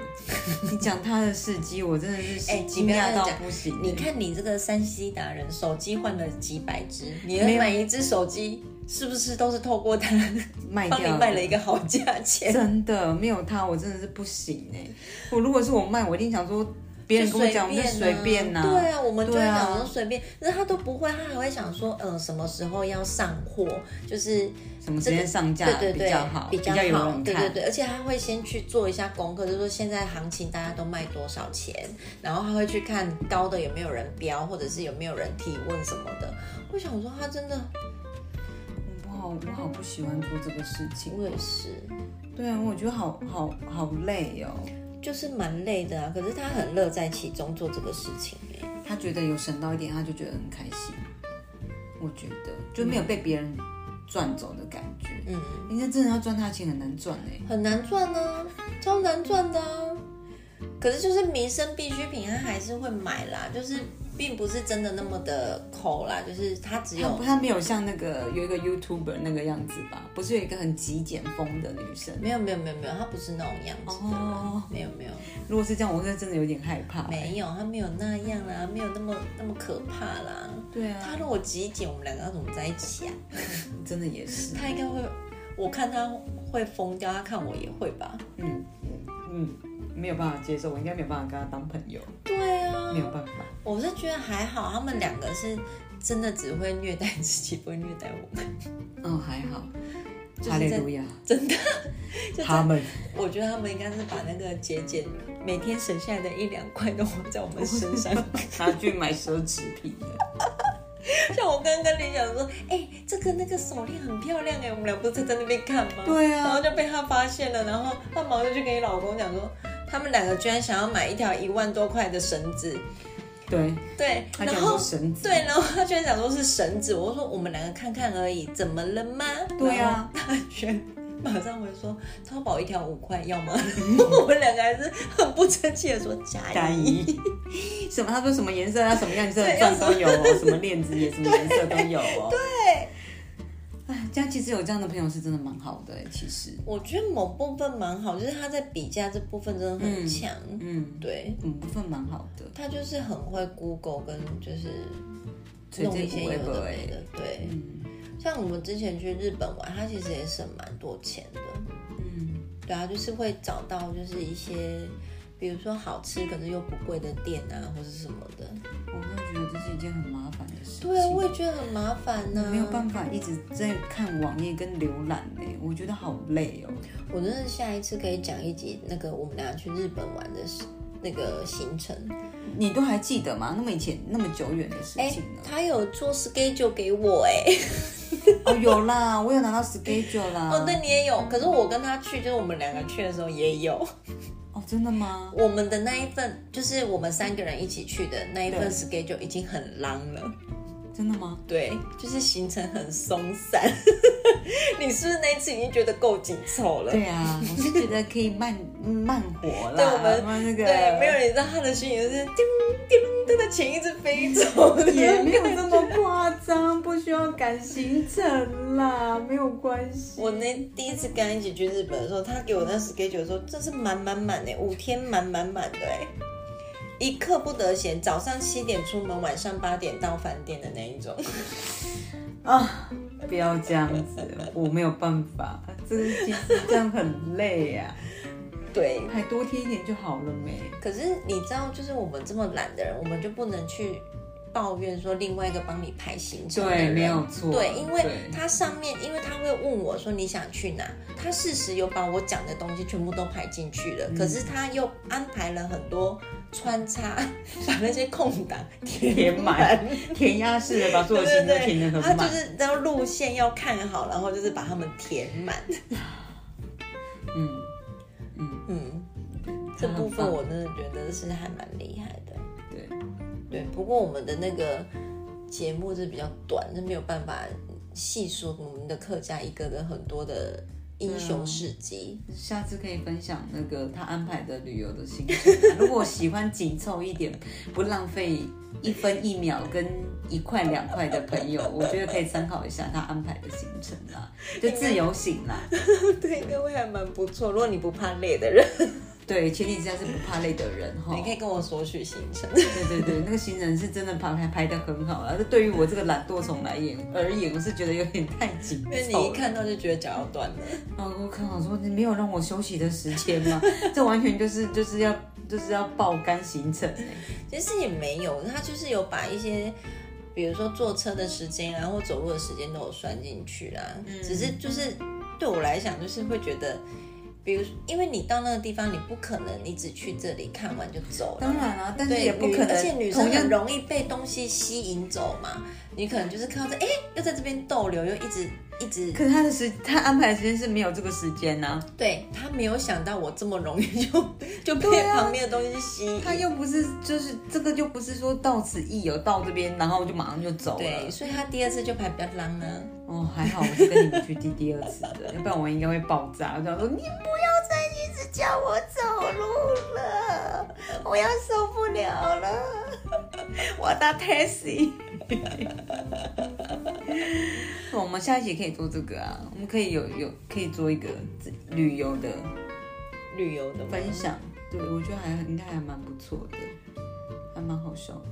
A: 你讲他的事迹，我真的
B: 哎
A: 是
B: 你
A: 惊
B: 不要
A: 讶
B: 这样
A: 到
B: 讲
A: 不行。欸
B: 你看你这个山西达人，手机换了几百只，你
A: 没有
B: 买一只手机是不是都是透过 他
A: 卖
B: 帮你
A: 掉
B: 卖了一个哎好价钱？
A: 真的没有他，我真的是不行哎、我如果是我卖，我一定想说，别人跟我讲，我们就随便呐、
B: 对啊，我们就会
A: 对啊
B: 想说随便，那、他都不会，他还会想说，嗯、什么时候要上货，就是
A: 什么时间上架
B: 对对
A: 比
B: 对
A: 较好，
B: 比较
A: 有
B: 好，
A: 人
B: 对
A: 看。
B: 对对，而且他会先去做一下功课，就是说现在行情大家都卖多少钱，然后他会去看高的有没有人标，或者是有没有人提问什么的。我想说，他真的，
A: 我好，我好不喜欢做这个事情。
B: 我也是，
A: 对啊，我觉得好好好累哦。
B: 就是蛮累的啊，可是他很乐在其中做这个事情、欸、
A: 他觉得有省到一点，他就觉得很开心。我觉得就没有被别人赚走的感觉。
B: 嗯，
A: 人家真的要赚他的钱很难赚哎、
B: 很难赚啊，超难赚的啊。可是就是民生必需品，他还是会买啦，就是并不是真的那么的抠啦，就是他只有
A: 他他没有像那个有一个 YouTuber 那个样子吧？不是有一个很极简风的女生？
B: 没有没有没有没有，他不是那种样子的人，
A: 哦
B: 没有没有
A: 如果是这样，我是真的有点害怕、欸。
B: 没有，他没有那样啦，没有那么那么可怕啦。
A: 对啊，
B: 他如果极简，我们两个要怎么在一起啊？
A: 真的也是。
B: 他应该会，我看他会疯掉，他看我也会吧？
A: 嗯嗯，没有办法接受，我应该没有办法跟他当朋友，
B: 对啊
A: 没，有办法。
B: 我是觉得还好，他们两个是真的只会虐待自己，不会虐待我们，
A: 嗯，
B: 哦
A: 还好。
B: 是
A: 哈利
B: 在
A: 路亚，
B: 真的。就
A: 他
B: 真的
A: 们
B: 我觉得他们应该是把那个节俭每天省下来的一两块都花在我们身上。
A: 拿去买奢侈品了。
B: 像我刚刚跟你讲说，哎、这个那个手链很漂亮哎、我们俩不是在那边看吗？
A: 对
B: 然后
A: 啊，
B: 就被他发现了，然后他马上就去跟你老公讲说，他们两个居然想要买一条一万多块的绳子，
A: 对，
B: 对，
A: 他
B: 然
A: 讲
B: 后
A: 说绳子。
B: 对，然后他居然想说是绳子，我说我们两个看看而已，怎么了吗？
A: 对啊，
B: 然后他居然马上回说淘宝一条五块要 吗？我们两个还是很不争气的说加
A: 加
B: 一，
A: 一， 什么？他 说什么颜色啊，什么样色的
B: 对
A: 钻都有哦，什么链子也什么颜色都有哦。对，哎，这样其实有这样的朋友是真的蛮好的欸，其实，
B: 我觉得某部分蛮好，就是他在比价这部分真的很强，
A: 嗯，
B: 对。
A: 嗯，部分蛮好的。
B: 他就是很会 Google 跟就是
A: 所以
B: 弄
A: 这
B: 一些有
A: 不会
B: 的
A: 不会
B: 没的，对。
A: 嗯
B: 像我们之前去日本玩，他其实也省蛮多钱的，
A: 嗯
B: 对啊，就是会找到就是一些，比如说好吃可是又不贵的店啊，或是什么的。
A: 我真的觉得这是一件很麻烦的事情。
B: 对啊，我也觉得很麻烦呢、
A: 没有办法一直在看网页跟浏览呢，我觉得好累哦。
B: 我真的下一次可以讲一集那个我们俩去日本玩的事那个行程。
A: 你都还记得吗？那么以前那么久远的事
B: 哎
A: 情了。，
B: 他有做 schedule 给我哎、
A: 哦，有啦，我有拿到 schedule 啦。
B: 哦，对，你也有，可是我跟他去，就是我们两个去的时候也有。
A: 哦，真的吗？
B: 我们的那一份，就是我们三个人一起去的那一份
A: 对
B: schedule 已经很浪了，
A: 真的吗？
B: 对，就是行程很松散。 你是不是那一次已经觉得够紧凑了？
A: 对 啊，我是觉得可以慢嗯慢活啦，
B: 对我们
A: 慢那个
B: 对，没有人知道他的心里就是叮叮，他的钱一直飞走的，
A: 也没有这么夸张，不需要赶行程 啦，没有关系。
B: 我那第一次跟他一起去日本的时候，他给我那 schedule 说，这是满满满的，五天满满满的哎，一刻不得闲，早上七点出门，晚上八点到饭店的那一种。
A: 啊，不要这样子，我没有办法，这个其实这样很累呀、
B: 对，
A: 排多贴一点就好了没？
B: 可是你知道，就是我们这么懒的人，我们就不能去抱怨说另外一个帮你排行程的
A: 对，
B: 人
A: 没有错。
B: 对，因为
A: 对
B: 他上面，因为他会问我说你想去哪，他事实有把我讲的东西全部都排进去
A: 嗯
B: 了，可是他又安排了很多穿插， 把那些空档
A: 填满，填鸭式的把所有行程都填得
B: 他
A: 很
B: 就
A: 满。
B: 是要路线要看好，然后就是把他们填满。
A: 嗯嗯，
B: 嗯，这
A: 他很
B: 部分
A: 棒
B: 我真的觉得是还蛮厉害的。
A: 对，
B: 对，不过我们的那个节目是比较短，是没有办法细说我们的客家一个个很多的英雄事 迹。
A: 下次可以分享那个他安排的旅游的行程啊。 如果喜欢紧凑一点，不浪费一分一秒跟一块两块的朋友，我觉得可以参考一下他安排的行程啊 啦，就自由行啦。
B: 对，应该会还蛮不错。如果你不怕累的人，
A: 对，前提之下是不怕累的人哈
B: 你。可以跟我索取行 程。
A: 对对对，那个行程是真的排排排的很好啊。这对于我这个懒惰虫来言而言，我是觉得有点太紧
B: 因为你
A: 凑
B: 一
A: 了。
B: 看到就觉得脚要断了，
A: 啊，我看我说你没有让我休息的时间吗？ 这完全就是就是要就是要爆肝行程欸、
B: 其实也没有，他就是有把一些，比如说坐车的时间啊，或走路的时间都有算进去啦。只是就是对我来讲，就是会觉得，比如因为你到那个地方，你不可能你只去这里看完就走了
A: 当。然啊，但是
B: 对，
A: 也不可
B: 女
A: 能，
B: 而且女生
A: 同样
B: 很容易被东西吸引走嘛。你可能就是看到这，哎，又在这边逗留，又一直一直，
A: 可是他的时他安排的时间是没有这个时间啊呐、
B: 对他没有想到我这么容易 就就被
A: 对啊
B: 旁边的东西吸引。
A: 他又不是就是这个就不是说到此一游到这边，然后就马上就走
B: 对，
A: 了。
B: 所以他第二次就排比较浪啊。
A: 哦，还好我是跟你们去第第二 次的，要不然我应该会爆炸。我就想说你不要再一直叫我走路了，我要受不了了，我要搭 taxi。我们下一集可以做这个啊，我们可以有有可以做一个自旅游的
B: 旅游的
A: 分享，对我觉得还应该还蛮不错的，还蛮好笑的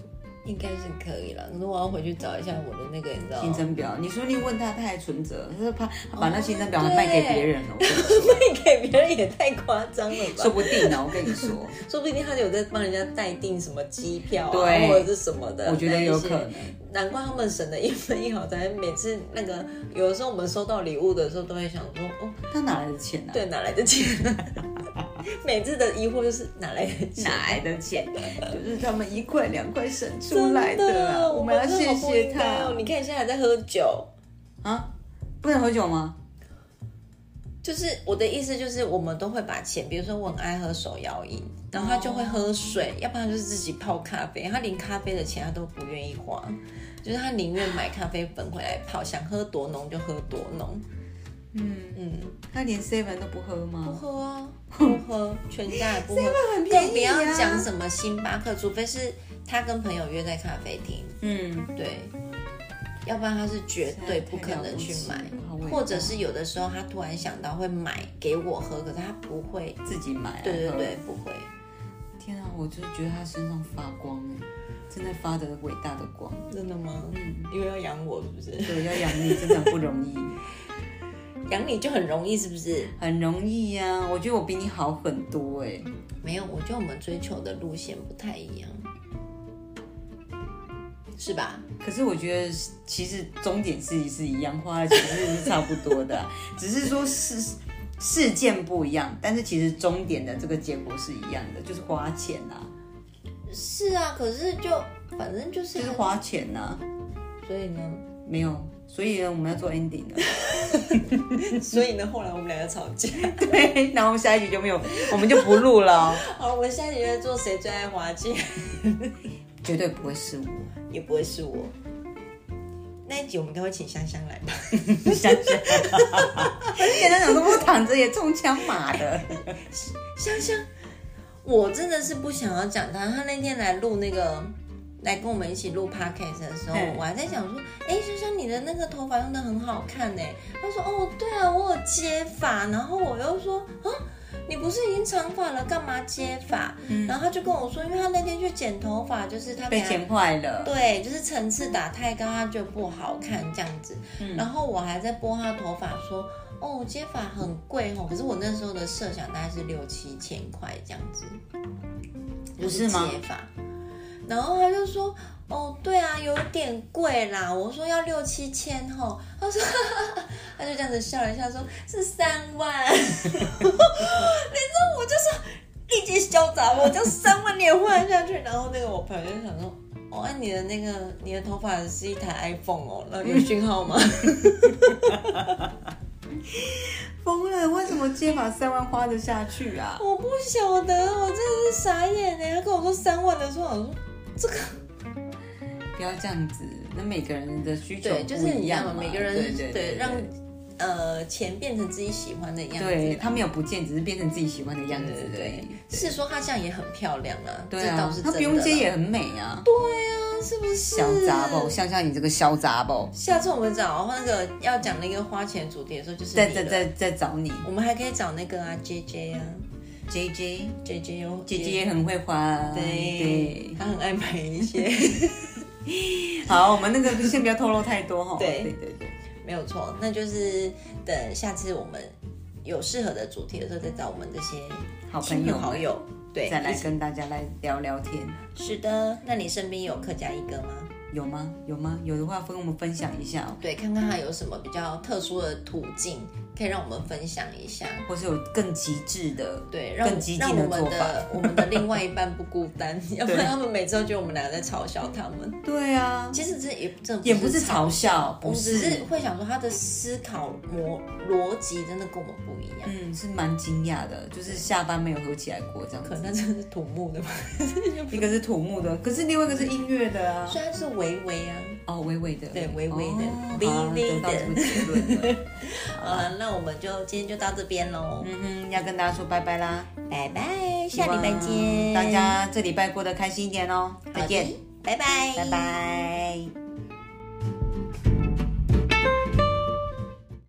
B: 应该是可以了。可是我要回去找一下我的那个，你知道
A: 行
B: 吗？
A: 程表。你说你问他，他还存着，他是怕他把那行程表
B: 哦
A: 还卖给别人了，我跟你说
B: 卖 给别人也太夸张了吧？
A: 说不定啊呢。我跟你 说，
B: 说不定他有在帮人家代订什么机票啊，
A: 对
B: 或者是什么的。
A: 我觉得有可
B: 那
A: 能
B: 一些。难怪他们省的一分一毫，咱每次那个有的时候我们收到礼物的时候，都会想说，哦，
A: 他哪来的钱呢、啊？
B: 对，哪来的钱？每次的疑惑就是哪来的钱？啊
A: 哪来的钱？就是他们一块两块省出来的啊、
B: 我
A: 我们要
B: 真
A: 谢
B: 的好不
A: 谢
B: 应
A: 他
B: 该哦。你看现在还在喝酒，
A: 啊！不能喝酒吗？
B: 就是我的意思，就是我们都会把钱，比如说我很爱喝手摇饮，然后他就会喝水，要不然就是自己泡咖啡，他连咖啡的钱他都不愿意花，就是他宁愿买咖啡粉回来泡，想喝多浓就喝多浓。嗯嗯，
A: 他连 seven 都不喝
B: 不
A: 吗？
B: 喝啊，不 喝，全家也不喝，
A: 很便宜啊
B: 更不要讲什么星巴克，除非是他跟朋友约在咖啡厅，
A: 嗯，
B: 对，要不然他是绝对不可能去买
A: 太了不起了，
B: 或者是有的时候他突然想到会买给我喝，可是他不会，
A: 自己买、啊。
B: 对对对，不会。
A: 喝。天啊，我就觉得他身上发光哎，真的发着伟大的光。
B: 真的吗？嗯，因为要养我是不是？
A: 对，要养你真的很不容易，
B: 养你就很容易是不是？
A: 很容易呀、我觉得我比你好很多哎、
B: 没有，我觉得我们追求的路线不太一样，是吧？
A: 可是我觉得其实终点是是一样，花的钱是是差不多的啊，只是说事事件不一样，但是其实终点的这个结果是一样的，就是花钱啊呐、
B: 是啊，可是就反正就是
A: 就是花钱呐、
B: 所以呢，
A: 没有。所以呢，我们要做 ending 了。
B: 所以呢，后来我们两个吵架。
A: 对，然后我们下一集就没有，我们就不录了、哦，
B: 好，我们下一集在做谁最爱滑稽，
A: 绝对不会是我。
B: 也不会是我。那一集我们应该会请香香来吧？
A: 想 想，我就简单想说，我躺着也中枪马的。
B: 香香，我真的是不想要讲她。她那天来录那个，来跟我们一起录 podcast 的时候
A: 嗯，
B: 我还在想说，哎、香香你的那个头发用的很好看呢。她说，哦，对啊，我有接发。然后我又说，啊。你不是已经长发了，干嘛接发？然后她就跟我说，因为她那天去剪头发，就是她
A: 被
B: 给她
A: 钱坏了。
B: 对，就是层次打太高，他就不好看这样子。然后我还在拨他头发说，哦，接发很贵哦，可是我那时候的设想大概是六七千块这样子，就
A: 不是吗
B: 接发。然后他就说，哦，对啊，有点贵啦。我说要六七千哦，他说， 他就这样子笑了一下说，是三万。 你知道我就说。立即嚣张，我就三万年换下去。然后那个我朋友就想说，哦，啊你的那个你的头发是一台 iPhone 哦，那有讯号 吗？
A: 疯了，为什么接把三万花得下去啊？
B: 我不晓得，我真的是傻眼呢。他跟我说三万的时候，我说这个
A: 不要这样子，那每个人的需求
B: 对，就是
A: 不一
B: 你
A: 样
B: 看
A: 嘛
B: 嘛，每个人
A: 对对对
B: 让呃钱变成自己喜欢的样子。
A: 对他没有不见，只是变成自己喜欢的样子
B: 对
A: 而已
B: 对，是说她这样也很漂亮啊，
A: 对
B: 这倒
A: 啊
B: 是，真
A: 他
B: 的。
A: 不用接也很美啊。对，
B: 啊，是不是？
A: 小杂包，像像你这个小杂包，
B: 下次我们找那个要讲那个花钱主题的时候，就是
A: 再
B: 你
A: 再
B: 了
A: 再再找你，
B: 我们还可以找那个啊，J J 啊，
A: J J，啊
B: 姐姐有
A: 姐姐也很会滑，
B: 对，她很爱买一些，
A: 对。好，我们那个先不要透露太多哈。
B: 对
A: 对对对，
B: 没有错。那就是等下次我们有适合的主题的时候，再找我们这些
A: 好朋
B: 亲朋
A: 友
B: 好友，对，
A: 再来
B: 一起
A: 跟大家来聊聊天，
B: 是的，那你身边有客家一哥吗？
A: 有吗？有吗？有的话跟我们分享一下哦，
B: 对，看看他有什么比较特殊的途径，可以让我们分享一下。
A: 或是有更极致的，
B: 对，让
A: 更激
B: 让
A: 进
B: 我
A: 的做
B: 们
A: 法。
B: 的 我们的另外一半不孤 单，要不然他们每周觉得我们俩在嘲笑他们。
A: 对啊，
B: 其实这也真的
A: 也不是
B: 嘲
A: 嘲笑，
B: 我
A: 不
B: 们只是
A: 是，
B: 会想说他的思考模逻辑真的跟我们不一样，
A: 嗯，是蛮惊讶的，就是下班没有合起来过这样
B: 可
A: 子。
B: 能他真的是土木的吧，
A: 一个是土木的，可是另外一个是音乐的啊。
B: 虽然是微微啊。
A: 哦，微微的，
B: 对微微的
A: 哦
B: 微
A: 好啊
B: 微
A: 得到
B: 的
A: 这个结论 了。
B: 呃，那我们就今天就到这边喽，
A: 嗯哼，要跟大家说拜拜啦，
B: 拜拜，下礼拜
A: 希望
B: 见，
A: 大家这礼拜过得开心一点哦，再见，
B: 好的，拜拜，
A: 拜。拜。